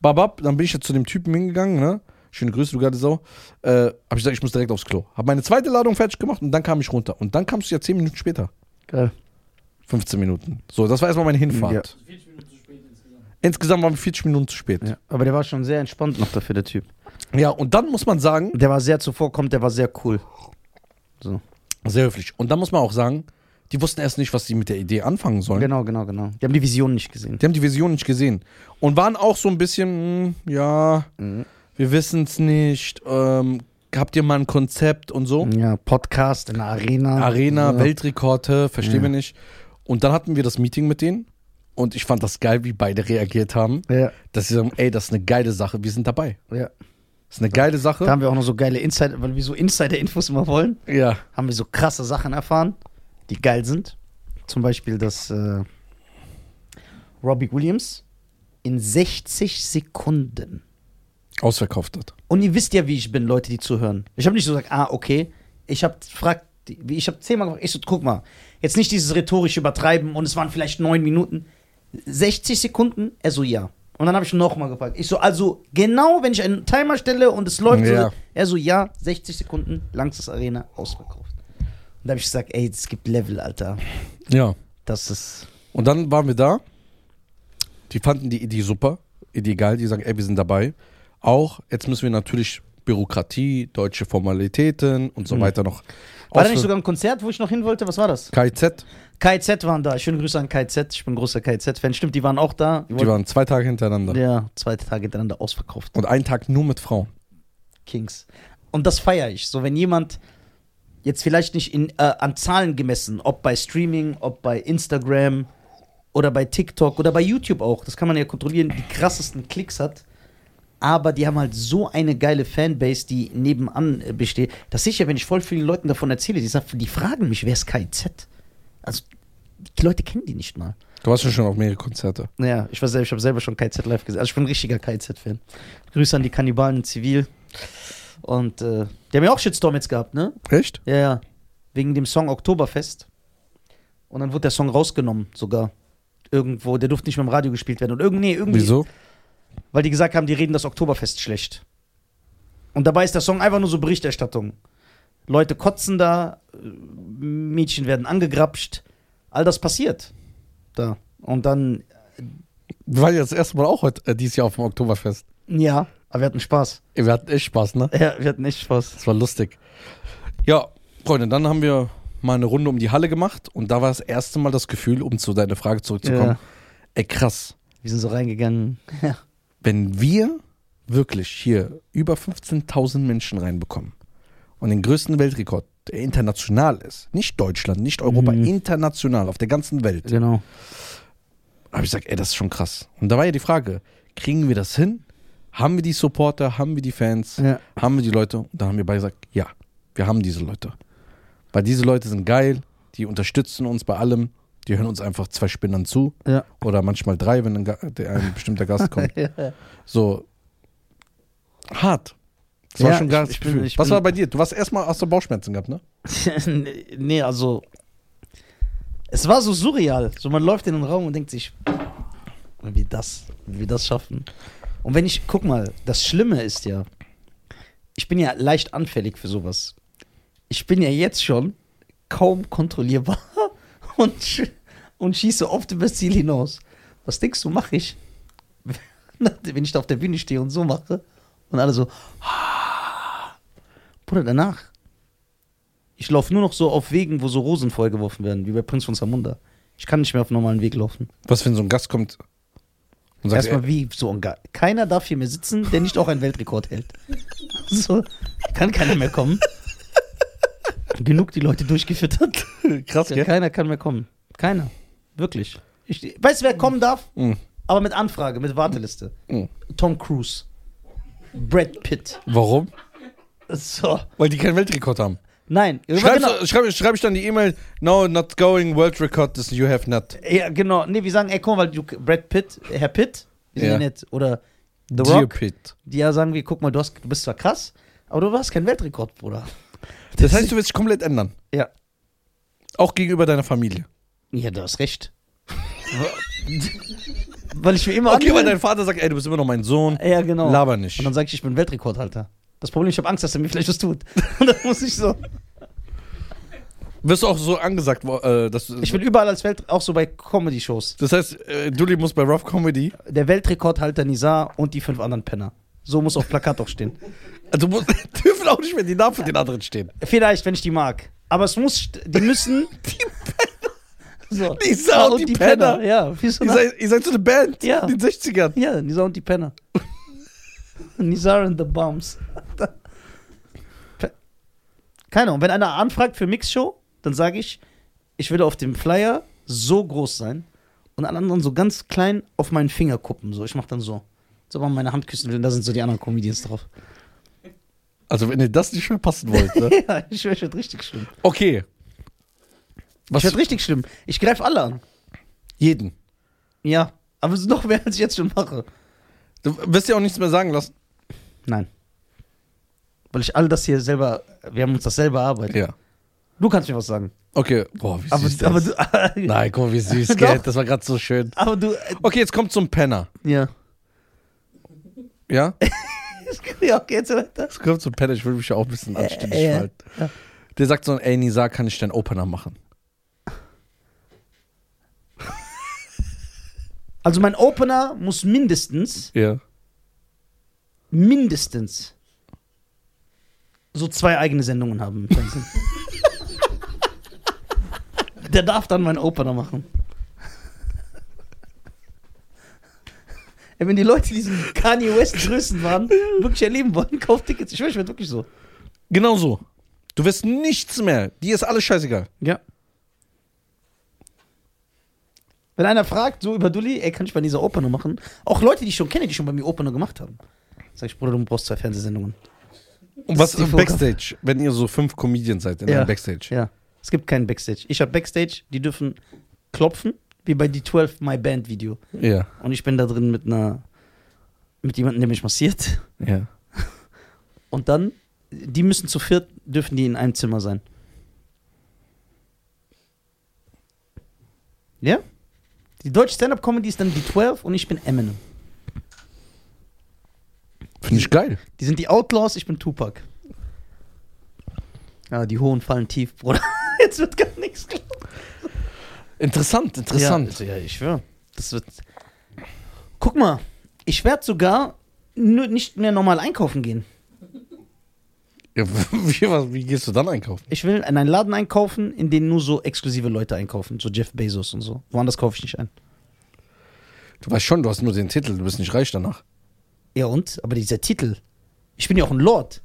Babab, dann bin ich jetzt zu dem Typen hingegangen, ne? Schöne Grüße, du gerade Sau. Äh, hab ich gesagt, ich muss direkt aufs Klo. Hab meine zweite Ladung fertig gemacht und dann kam ich runter. Und dann kamst du ja 10 Minuten später.
Geil.
15 Minuten. So, das war erstmal meine Hinfahrt.
Ja.
Also 40 Minuten zu spät insgesamt.
Insgesamt waren wir 40 Minuten zu spät. Ja.
Ja. Aber der war schon sehr entspannt noch dafür, der Typ.
und dann muss man sagen,
Der war sehr zuvorkommend, der war sehr cool.
sehr höflich, und dann muss man auch sagen, die wussten erst nicht, was sie mit der Idee anfangen sollen.
Genau, genau, genau. Die haben die Vision nicht gesehen.
Die haben die Vision nicht gesehen. Und waren auch so ein bisschen, hm, ja, wir wissen es nicht, ähm, habt ihr mal ein Konzept und so?
Ja, Podcast in der Arena.
Arena,
Ah. ja.
Weltrekorde, verstehen wir nicht. Und dann hatten wir das Meeting mit denen und ich fand das geil, wie beide reagiert haben.
Ja,
Dass sie sagen, ey, das ist eine geile Sache, wir sind dabei.
ja.
Das ist eine geile Sache.
Da haben wir auch noch so geile Insider, weil wir so Insider-Infos immer wollen.
ja.
Haben wir so krasse Sachen erfahren, die geil sind. Zum Beispiel, dass äh, Robbie Williams in 60 Sekunden.
Ausverkauft hat.
Und ihr wisst ja, wie ich bin, Leute, die zuhören. Ich habe nicht so gesagt, ah, okay. Ich habe fragt, wie- ich habe zehnmal gefragt, ich so, guck mal, jetzt nicht dieses rhetorische Übertreiben und es waren vielleicht neun Minuten. 60 Sekunden, er so, ja. Und dann habe ich nochmal gefragt. Ich so, also genau, wenn ich einen Timer stelle und es läuft,
Ja.
so, er so, ja, 60 Sekunden, Langsys Arena, ausverkauft. Und da habe ich gesagt, ey, es gibt Level, Alter.
Ja.
Das ist,
Und dann waren wir da. Die fanden die Idee super, Idee geil. Die sagen, ey, wir sind dabei. Auch, jetzt müssen wir natürlich Bürokratie, deutsche Formalitäten und so weiter noch.
Mhm. war da nicht
ausfüllen.
sogar ein Konzert, wo ich noch hin wollte? Was war das?
KIZ,
KZ waren da. Schöne Grüße an KZ. Ich bin großer KZ-Fan. Stimmt, die waren auch da. Die
die waren zwei Tage hintereinander.
Ja, zwei Tage hintereinander ausverkauft.
Und einen Tag nur mit Frauen.
Kings. Und das feiere ich. So, wenn jemand jetzt vielleicht nicht in, äh, an Zahlen gemessen, ob bei Streaming, ob bei Instagram oder bei TikTok oder bei YouTube auch, das kann man ja kontrollieren, die krassesten Klicks hat. Aber die haben halt so eine geile Fanbase, die nebenan äh, besteht. Das sicher, wenn ich voll vielen Leuten davon erzähle, die, sagen, die fragen mich, wer ist KIZ? Also, die Leute kennen die nicht mal.
Du warst ja schon auf mehrere Konzerte.
Naja, ich, war selber- ich habe selber schon KZ live gesehen. Also ich bin ein richtiger KZ-Fan. Grüße an die Kannibalen in Zivil. Und äh, die haben ja auch Shitstorm jetzt gehabt, ne?
Echt?
Ja, ja. Wegen dem Song Oktoberfest. Und dann wurde der Song rausgenommen sogar. Irgendwo, der durfte nicht mehr im Radio gespielt werden. Und irgend, nee, irgendwie,
Wieso?
weil die gesagt haben, die reden das Oktoberfest schlecht. Und dabei ist der Song einfach nur so Berichterstattung. Leute kotzen da, äh, Mädchen werden angegrapscht. All das passiert. Da. Und dann
Wir waren ja das erste Mal auch heute, äh, dieses Jahr auf dem Oktoberfest.
Ja, aber wir hatten Spaß.
Ey, Wir hatten echt Spaß, ne?
Ja, wir hatten echt Spaß.
Das war lustig. Ja, Freunde, dann haben wir mal eine Runde um die Halle gemacht und da war das erste Mal das Gefühl, um zu deiner Frage zurückzukommen,
Ja.
ey krass,
Wir sind so reingegangen. Ja.
wenn wir wirklich hier über 15.000 Menschen reinbekommen und den größten Weltrekord, der international ist, nicht Deutschland, nicht Europa,
Mhm.
international, auf der ganzen Welt,
Genau.
habe ich gesagt, ey, das ist schon krass. Und da war ja die Frage, kriegen wir das hin? Haben wir die Supporter? Haben wir die Fans?
Ja.
Haben wir die Leute? Und dann haben wir beide gesagt, ja, wir haben diese Leute. Weil diese Leute sind geil, die unterstützen uns bei allem, die hören uns einfach zwei Spinnern zu
Ja.
oder manchmal drei, wenn ein, Ga- der- ein bestimmter Gast kommt. So hart. Das war
Ja,
schon
ich-
ein geiles
ich bin-
Gefühl.
ich
Was
bin-
war bei dir? Du hast erstmal hast du Bauchschmerzen gehabt, ne?
nee, also. Es war so surreal. So, man läuft in den Raum und denkt sich, wie wir das, wie wir das schaffen. Und wenn ich, guck mal, das Schlimme ist ja, ich bin ja leicht anfällig für sowas. Ich bin ja jetzt schon kaum kontrollierbar und, sch und schieße oft über das Ziel hinaus. Was denkst du, mache ich, wenn ich da auf der Bühne stehe und so mache und alle so, "Ah." Bruder, danach, ich laufe nur noch so auf Wegen, wo so Rosen vollgeworfen werden, wie bei Prinz von Zamunda. Ich kann nicht mehr auf normalen Weg laufen.
Was, wenn so ein Gast kommt und sagt,
Erstmal
ey,
wie so ein Ga Keiner darf hier mehr sitzen, der nicht auch einen Weltrekord hält. So, kann keiner mehr kommen. Genug die Leute durchgefüttert.
krass,
Ja,
gell?
keiner kann mehr kommen. Keiner. Wirklich. Ich, weißt du, wer kommen darf?
Mhm.
Aber mit Anfrage, mit Warteliste.
Mhm.
Tom Cruise. Brad Pitt.
Warum?
So.
Weil die keinen Weltrekord haben. Genau.
Nein. Genau.
Schreib, schreib, schreib ich dann die E-Mail, no, not going, World Record is you have not.
Ja, genau. Nee, wir sagen, ey, guck mal, du, Brad Pitt, Herr Pitt, wir sind
Ja.
ja nett. Oder The
Dear
Rock,
Pete.
die ja sagen, wir, guck mal, du, hast, du bist zwar krass, aber du warst kein Weltrekord, Bruder.
Das heißt, du willst dich komplett ändern.
Ja.
Auch gegenüber deiner Familie.
Ja, du hast recht. Weil ich mir immer
Okay, weil
anhöre-
dein Vater sagt, ey, du bist immer noch mein Sohn.
Ja, genau.
Laber nicht.
Und dann sage ich, ich bin Weltrekordhalter. Das Problem, ich habe Angst, dass er mir vielleicht was tut. Und dann muss ich so.
Wirst du auch so angesagt, wo- äh, dass du.
Ich bin überall als Welt, auch so bei Comedy-Shows.
das heißt, äh, Dulli muss bei Rough Comedy.
Der Weltrekordhalter Nizar und die fünf anderen Penner. So muss auf Plakat auch stehen.
Also muss, dürfen auch nicht mehr die Namen von den anderen stehen.
Vielleicht, wenn ich die mag. Aber es muss, st- die müssen. die Penner. So.
Die Sau und die Penner.
Ja, wie so
Ihr
eine-
seid, ihr seid so eine Band
Ja.
in den 60ern.
ja, Nisa und die Penner. Nizar and the Bombs. Pe- Keine Ahnung, wenn einer anfragt für Mixshow, dann sage ich, ich will auf dem Flyer so groß sein und alle anderen so ganz klein auf meinen Finger kuppen. So, ich mache dann so. So, aber meine Hand küssen will, und da sind so die anderen Comedians drauf.
Also, wenn ihr das nicht mehr passen wollt, ne?
ja, ich schwöre, ich werd richtig schlimm.
Okay. Was-
ich werd richtig schlimm. Ich greife alle an.
Jeden.
Ja. Aber es ist noch mehr, als ich jetzt schon mache.
Du wirst dir auch nichts mehr sagen lassen.
Nein. Weil ich all das hier selber, wir haben uns das selber erarbeitet.
Ja.
Du kannst mir was sagen.
Okay. Boah, wie süß
Aber,
das.
aber du,
Nein, guck mal, wie süß,
Doch.
gell? Das war gerade so schön.
aber du, äh,
Okay, jetzt kommt zum Penner.
ja.
Ja?
ja, okay, jetzt weiter.
Jetzt kommt zum Penner. Ich will mich ja auch ein bisschen anständig
Äh, äh,
verhalten.
ja.
Der sagt so, ey, Nisa, kann ich deinen Opener machen?
Also mein Opener muss mindestens,
Ja.
mindestens so zwei eigene Sendungen haben. im Fernsehen. Der darf dann meinen Opener machen. Ey, wenn die Leute diesen Kanye West Größen waren, wirklich erleben wollen, kauft Tickets. Ich schwöre, ich werde wirklich so.
Genau so. Du wirst nichts mehr. Dir ist alles scheißegal.
Ja. Wenn einer fragt, so über Dulli, ey, kann ich bei dieser Opener machen? Auch Leute, die ich schon kenne, die schon bei mir Opener gemacht haben. Sag ich, Bruder, du brauchst zwei Fernsehsendungen.
Und
Das
was
ist die
ist
Vorgabe.
Backstage, wenn ihr so fünf Comedians seid in einem Backstage?
Ja. Es gibt keinen Backstage. Ich habe Backstage, die dürfen klopfen, wie bei die 12 My Band Video.
Ja.
Und ich bin da drin mit einer, mit jemandem, der mich massiert.
Ja.
Und dann, die müssen zu viert, dürfen die in einem Zimmer sein. Ja? Die deutsche Stand-Up-Comedy ist dann die 12 und ich bin Eminem.
Finde ich geil.
Die sind die Outlaws, ich bin Tupac. Ja, die Hohen fallen tief, Bruder. Jetzt wird gar nichts klar.
Interessant, interessant.
Ja, also, ja ich schwöre. Das wird. Guck mal, ich werde sogar nur nicht mehr normal einkaufen gehen.
Ja, wie, was, wie gehst du dann einkaufen?
Ich will in einen Laden einkaufen, in dem nur so exklusive Leute einkaufen, so Jeff Bezos und so. Woanders kaufe ich nicht ein.
Du weißt schon, du hast nur den Titel, du bist nicht reich danach.
Ja und? Aber dieser Titel. Ich bin ja auch ein Lord.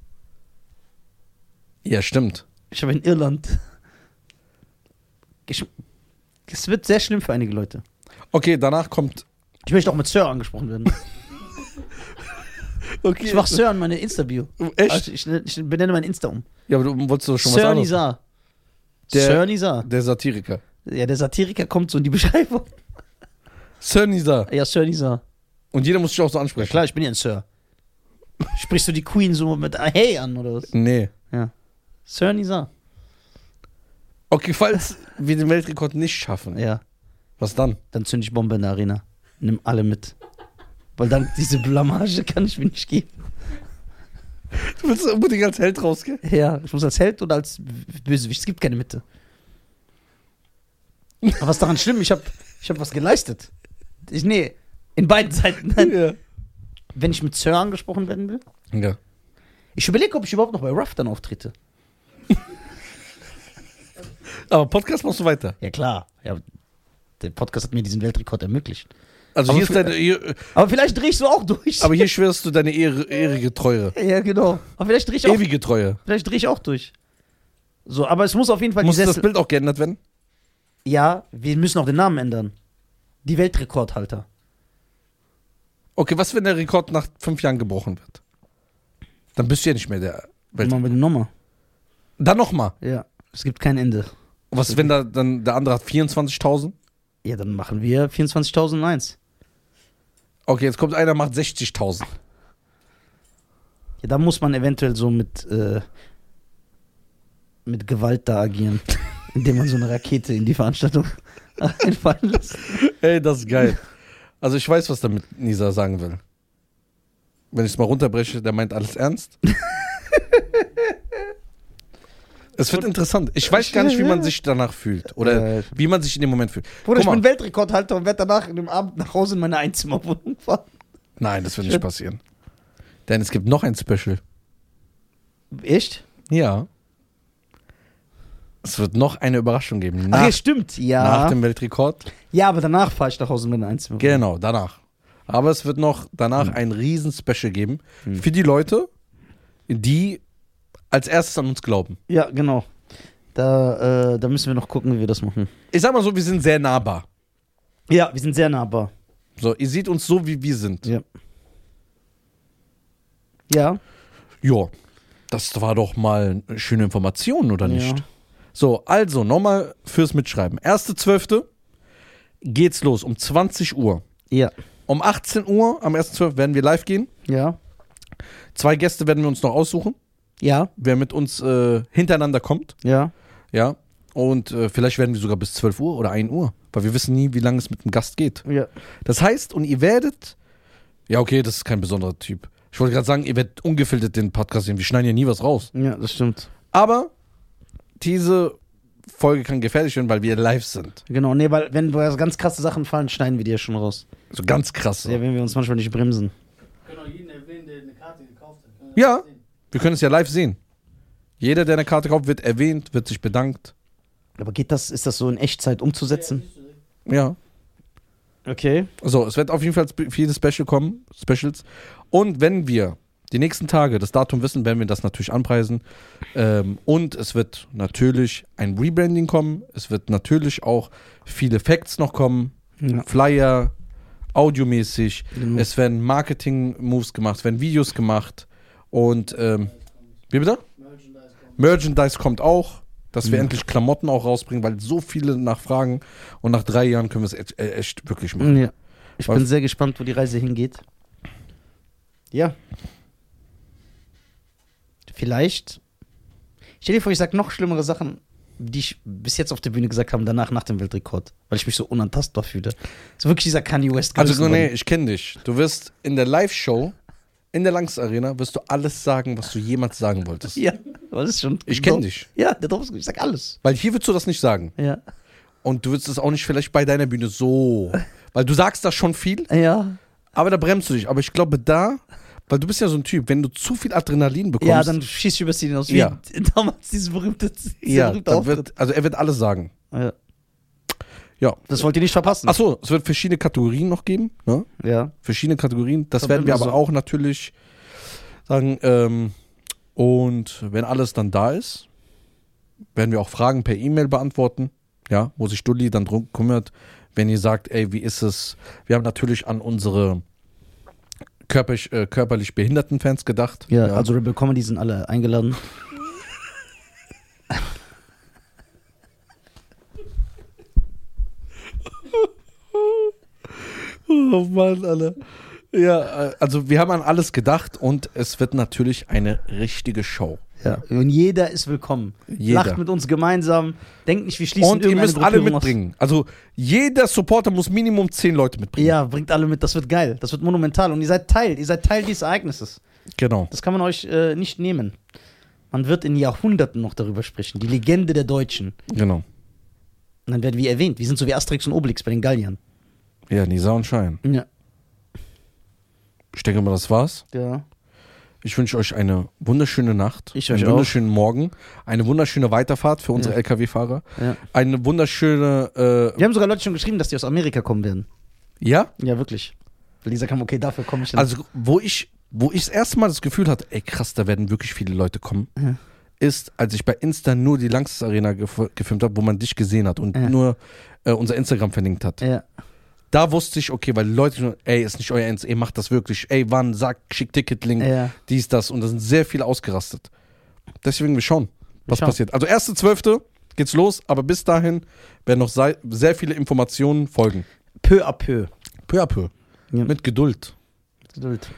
Ja, stimmt.
Ich habe in Irland. Ich, es wird sehr schlimm für einige Leute.
Okay, danach kommt.
Ich möchte auch mit Sir angesprochen werden.
Okay.
Ich mache Sir in meine Insta-Bio.
äh, Echt?
Also ich, ich benenne mein Insta um.
Ja, aber du wolltest doch schon was
Sir
anderes.
Nizar.
Der-
Sir Nizar.
Der Satiriker.
Ja, der Satiriker kommt so in die Beschreibung.
Sir Nisa.
Ja, Sir Nisa.
Und jeder muss dich auch so
Ja,
ansprechen.
klar, ich bin ja ein Sir. Sprichst du die Queen so mit Hey an oder was?
Nee.
Ja. Sir Nisa.
Okay, falls wir den Weltrekord nicht schaffen,
Ja.
was dann?
Dann zünd ich Bombe in der Arena. Nimm alle mit. Weil dann diese Blamage kann ich mir nicht geben.
Du willst unbedingt als Held rausgehen?
Ja, ich muss als Held oder als Bösewicht. Es gibt keine Mitte. Aber was daran schlimm? Ich habe ich hab was geleistet. Ich, nee, in beiden Seiten.
Ja.
Wenn ich mit Sir angesprochen werden will.
ja.
Ich überlege, ob ich überhaupt noch bei Ruff dann auftrete.
Aber Podcast machst du weiter.
Ja, klar. Ja, der Podcast hat mir diesen Weltrekord ermöglicht.
Also
Aber
hier ist
für-
deine, hier,
Aber vielleicht drehe ich so auch durch.
aber hier schwörst du deine Ehre, ewige Treue.
ja, genau. Aber vielleicht drehe ich, auch-
Ewige Treue.
vielleicht drehe ich auch durch. So, aber es muss auf jeden Fall
Muss
die
das
Sessel.
Bild auch geändert werden?
ja, wir müssen auch den Namen ändern. Die Weltrekordhalter.
Okay, was, wenn der Rekord nach fünf Jahren gebrochen wird? Dann bist du ja nicht mehr der Welt.
Machen wir die Nummer.
Dann nochmal.
Ja. Es gibt kein Ende.
Was, wenn da, dann der andere hat 24.000?
Ja, dann machen wir 24.001.
Okay, jetzt kommt einer, macht 60.000.
Ja, da muss man eventuell so mit, äh, mit Gewalt da agieren. indem man so eine Rakete in die Veranstaltung einfallen lässt.
Ey, das ist geil. Also ich weiß, was damit Nisa sagen will. Wenn ich es mal runterbreche, der meint alles ernst. es wird interessant. Ich weiß gar nicht, wie man sich danach fühlt oder
Äh.
wie man sich in dem Moment fühlt.
Bruder,
Guck mal.
ich bin Weltrekordhalter und werde danach in dem Abend nach Hause in meine Einzimmerwohnung fahren.
Nein, das wird nicht passieren. Denn es gibt noch ein Special.
Echt?
Ja. Es wird noch eine Überraschung geben.
Ach,
Nach,
ja, stimmt.
nach
Ja.
dem Weltrekord.
Ja, aber danach fahre ich nach Hause in meine Einzimmerwohnung.
Genau, danach. Aber es wird noch danach ein riesen Special geben für die Leute, die als erstes an uns glauben.
ja, genau. Da, äh, da müssen wir noch gucken, wie wir das machen.
Ich sag mal so, wir sind sehr nahbar.
Ja, wir sind sehr nahbar.
So, ihr seht uns so, wie wir sind.
Ja. Ja.
Ja, das war doch mal eine schöne Information, oder nicht?
Ja.
So, also nochmal fürs Mitschreiben. 1.12. geht's los um 20 Uhr.
Ja.
Um 18 Uhr am 1.12. werden wir live gehen.
Ja.
Zwei Gäste werden wir uns noch aussuchen,
Ja.
wer mit uns äh, hintereinander kommt.
Ja.
Ja. Und äh, vielleicht werden wir sogar bis 12 Uhr oder 1 Uhr, weil wir wissen nie, wie lange es mit dem Gast geht.
Ja.
Das heißt, und ihr werdet. Ja, okay, das ist kein besonderer Typ. Ich wollte gerade sagen, ihr werdet ungefiltert den Podcast sehen. Wir schneiden ja nie was raus.
Ja, das stimmt.
Aber diese Folge kann gefährlich werden, weil wir live sind.
Genau, nee, weil wenn wir ganz krasse Sachen fallen, schneiden wir die ja schon raus.
So ganz krass.
Ja, wenn wir uns manchmal nicht bremsen.
Wir können auch jeden erwähnen, der eine Karte gekauft hat. Können wir
Ja.
das sehen?
Wir können es ja live sehen. Jeder, der eine Karte kauft, wird erwähnt, wird sich bedankt.
Aber geht das, ist das so in Echtzeit umzusetzen?
Ja, siehst du direkt.
Ja.
Okay.
Also, es wird auf jeden Fall spe- viele Special kommen, Specials. Und wenn wir die nächsten Tage das Datum wissen, werden wir das natürlich anpreisen. Ähm, und es wird natürlich ein Rebranding kommen. Es wird natürlich auch viele Facts noch kommen.
Ja.
Flyer, audiomäßig.
Genau.
Es werden Marketing-Moves gemacht, es werden Videos gemacht. Und, ähm, wie bitte?
Merchandise kommt.
Merchandise kommt auch, dass wir
Ja.
endlich Klamotten auch rausbringen, weil so viele nachfragen und nach drei Jahren können wir es echt, äh, echt wirklich machen.
Ja. Ich
Was-
bin sehr gespannt, wo die Reise hingeht. Ja. Vielleicht. Stell dir vor, ich sag noch schlimmere Sachen, die ich bis jetzt auf der Bühne gesagt habe, danach nach dem Weltrekord, weil ich mich so unantastbar fühle. So wirklich dieser Kanye West.
Also, nee,
Größenwahn.
ich kenne dich. Du wirst in der Live-Show, in der Langs Arena, wirst du alles sagen, was du jemals sagen wolltest.
Ja, das ist schon.
Ich kenn dich.
Ja, der Dorf ist gut. Ich sag alles.
Weil hier würdest du das nicht sagen.
Ja.
Und du würdest es auch nicht vielleicht bei deiner Bühne so. Weil du sagst da schon viel,
Ja.
aber da bremst du dich. Aber ich glaube, da, weil du bist ja so ein Typ, wenn du zu viel Adrenalin bekommst,
Ja, dann schießt du über sie hinaus. Wie
Ja.
damals diese berühmte, dieser
ja,
berühmte
dann
Auftritt.
wird, also er wird alles sagen.
Ja.
Ja.
Das wollt ihr nicht verpassen.
Achso, es wird verschiedene Kategorien noch geben, ne?
Ja.
verschiedene Kategorien. Das
Da
werden wir
bleiben wir
aber auch natürlich sagen. Ähm, und wenn alles dann da ist, werden wir auch Fragen per E-Mail beantworten. Ja, wo sich Dulli dann drum kümmert, wenn ihr sagt, ey, wie ist es? Wir haben natürlich an unsere körperlich, äh, körperlich behinderten Fans gedacht.
Ja, also Rebel Comedy sind alle eingeladen.
Oh Mann, alle. Ja, äh, also wir haben an alles gedacht und es wird natürlich eine richtige Show.
Ja. Und jeder ist willkommen.
Jeder.
Lacht mit uns gemeinsam. Denkt nicht, wir schließen
Und ihr
irgendeine um
müsst alle
Gruppierung aus.
mitbringen. Also jeder Supporter muss Minimum zehn Leute mitbringen.
Ja, bringt alle mit. Das wird geil. Das wird monumental. Und ihr seid Teil. Ihr seid Teil dieses Ereignisses.
Genau.
Das kann man euch äh, nicht nehmen. Man wird in Jahrhunderten noch darüber sprechen. Die Legende der Deutschen.
Genau.
Und dann werden wir erwähnt. Wir sind so wie Asterix und Obelix bei den Galliern.
Ja, Nisa und Schein.
Ja.
Ich denke mal, das war's.
Ja.
Ich wünsche euch eine wunderschöne Nacht.
Ich
einen
euch auch.
wunderschönen Morgen. Eine wunderschöne Weiterfahrt für unsere
Ja.
LKW-Fahrer.
Ja.
Eine wunderschöne. Äh,
Wir haben sogar Leute schon geschrieben, dass die aus Amerika kommen werden.
ja?
Ja, wirklich. Weil Lisa kam, okay, dafür komme ich dann.
Also, wo ich, wo ich das erste Mal das Gefühl hatte, ey krass, da werden wirklich viele Leute kommen,
Ja.
ist, als ich bei Insta nur die Langstes Arena gef gefilmt habe, wo man dich gesehen hat und
Ja.
nur äh, unser Instagram verlinkt hat.
ja.
Da wusste ich, okay, weil Leute, schon, ey, ist nicht euer Ernst, ey, macht das wirklich, ey, wann, sag, schick Ticket-Link,
Ja.
dies, das. Und da sind sehr viele ausgerastet. Deswegen, wir schauen, was
schauen.
passiert. Also 1.12. geht's los, aber bis dahin werden noch sei- sehr viele Informationen folgen.
Peu à peu.
Peu à peu.
Ja.
Mit Geduld.
Geduld.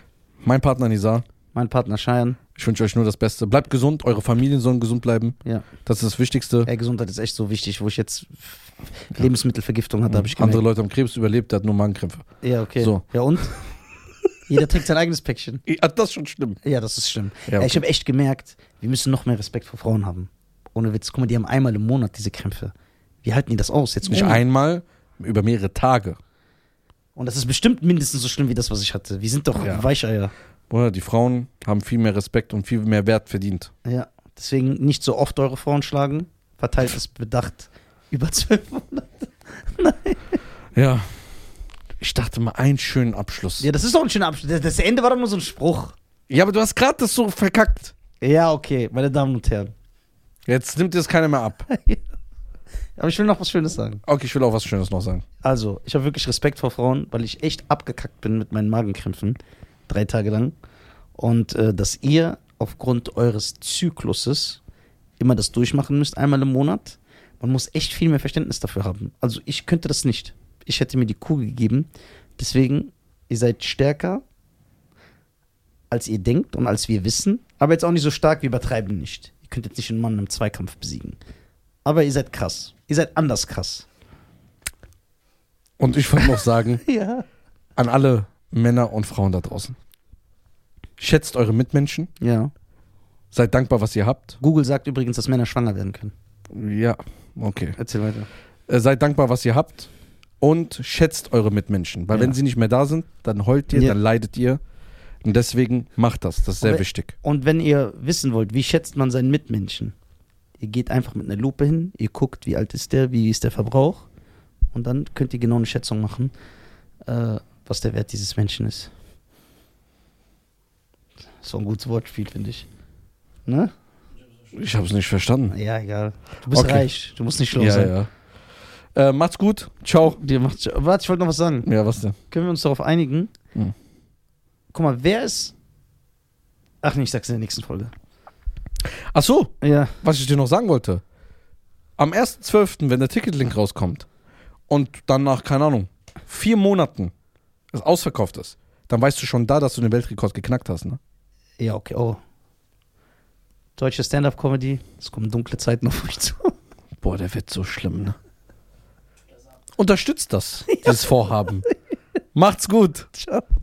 Mein Partner Nisa,
Mein Partner Schein.
ich wünsche euch nur das Beste. Bleibt gesund, eure Familien sollen gesund bleiben.
Ja.
Das ist das Wichtigste.
Ey, Äh, Gesundheit ist echt so wichtig, wo ich jetzt Lebensmittelvergiftung hatte, habe ich gemerkt.
Andere Leute haben Krebs überlebt, der hat nur Magenkrämpfe.
ja, okay.
So.
Ja und? Jeder trägt sein eigenes Päckchen.
Ja, das ist schon schlimm.
Ja, das ist schlimm.
Ja,
Ey, Ich habe echt gemerkt, wir müssen noch mehr Respekt vor Frauen haben. Ohne Witz, guck mal, die haben einmal im Monat diese Krämpfe. Wie halten die das aus? Jetzt
Nicht
ohne.
einmal, über mehrere Tage.
Und das ist bestimmt mindestens so schlimm wie das, was ich hatte. Wir sind doch
Ja.
Weicheier.
Bruder, die Frauen haben viel mehr Respekt und viel mehr Wert verdient.
Ja. Deswegen nicht so oft eure Frauen schlagen. Verteilt es bedacht über zwölf Monate.
Ja. Ich dachte mal, einen schönen Abschluss.
Ja, das ist doch ein schöner Abschluss. Das- Das Ende war doch nur so ein Spruch.
Ja, aber du hast gerade das so verkackt.
Ja, okay, meine Damen und Herren.
Jetzt nimmt dir das keiner mehr ab.
Aber ich will noch was Schönes sagen.
Okay, ich will auch was Schönes noch sagen.
Also, ich habe wirklich Respekt vor Frauen, weil ich echt abgekackt bin mit meinen Magenkrämpfen. Drei Tage lang. Und äh, dass ihr aufgrund eures Zykluses immer das durchmachen müsst, einmal im Monat. Man muss echt viel mehr Verständnis dafür haben. Also ich könnte das nicht. Ich hätte mir die Kuh gegeben. Deswegen, ihr seid stärker, als ihr denkt und als wir wissen. Aber jetzt auch nicht so stark, wir übertreiben nicht. Ihr könnt jetzt nicht einen Mann im Zweikampf besiegen. Aber ihr seid krass. Ihr seid anders krass.
Und ich wollte noch sagen,
Ja.
an alle Männer und Frauen da draußen. Schätzt eure Mitmenschen,
Ja.
seid dankbar, was ihr habt.
Google sagt übrigens, dass Männer schwanger werden können.
Ja, okay.
Erzähl weiter.
Äh, seid dankbar, was ihr habt und schätzt eure Mitmenschen. Weil
Ja.
wenn sie nicht mehr da sind, dann heult ihr,
Ja.
dann leidet ihr. Und deswegen macht das. Das ist sehr
Aber-
wichtig.
Und wenn ihr wissen wollt, wie schätzt man seinen Mitmenschen? Ihr geht einfach mit einer Lupe hin, ihr guckt, wie alt ist der, wie ist der Verbrauch. Und dann könnt ihr genau eine Schätzung machen, äh, was der Wert dieses Menschen ist. So ein gutes Wortspiel, finde ich. Ne?
Ich habe es nicht verstanden.
Ja, egal. Du bist
Okay.
reich, du musst nicht schlau
Ja,
sein.
ja. Äh, macht's gut. Ciao.
Dir macht's- Warte, ich wollte noch was sagen.
Ja, was denn?
Können wir uns darauf einigen?
Hm.
Guck mal, wer ist. Ach nee, ich sag's in der nächsten Folge.
Ach so,
Ja.
was ich dir noch sagen wollte. Am 1.12., wenn der Ticketlink rauskommt und dann nach, keine Ahnung, vier Monaten es ausverkauft ist, dann weißt du schon da, dass du den Weltrekord geknackt hast, ne?
Ja, okay, oh. Deutsche Stand-Up-Comedy. Es kommen dunkle Zeiten auf euch zu.
Boah, der wird so schlimm, ne? Unterstützt das, dieses Vorhaben. Macht's gut.
Ciao.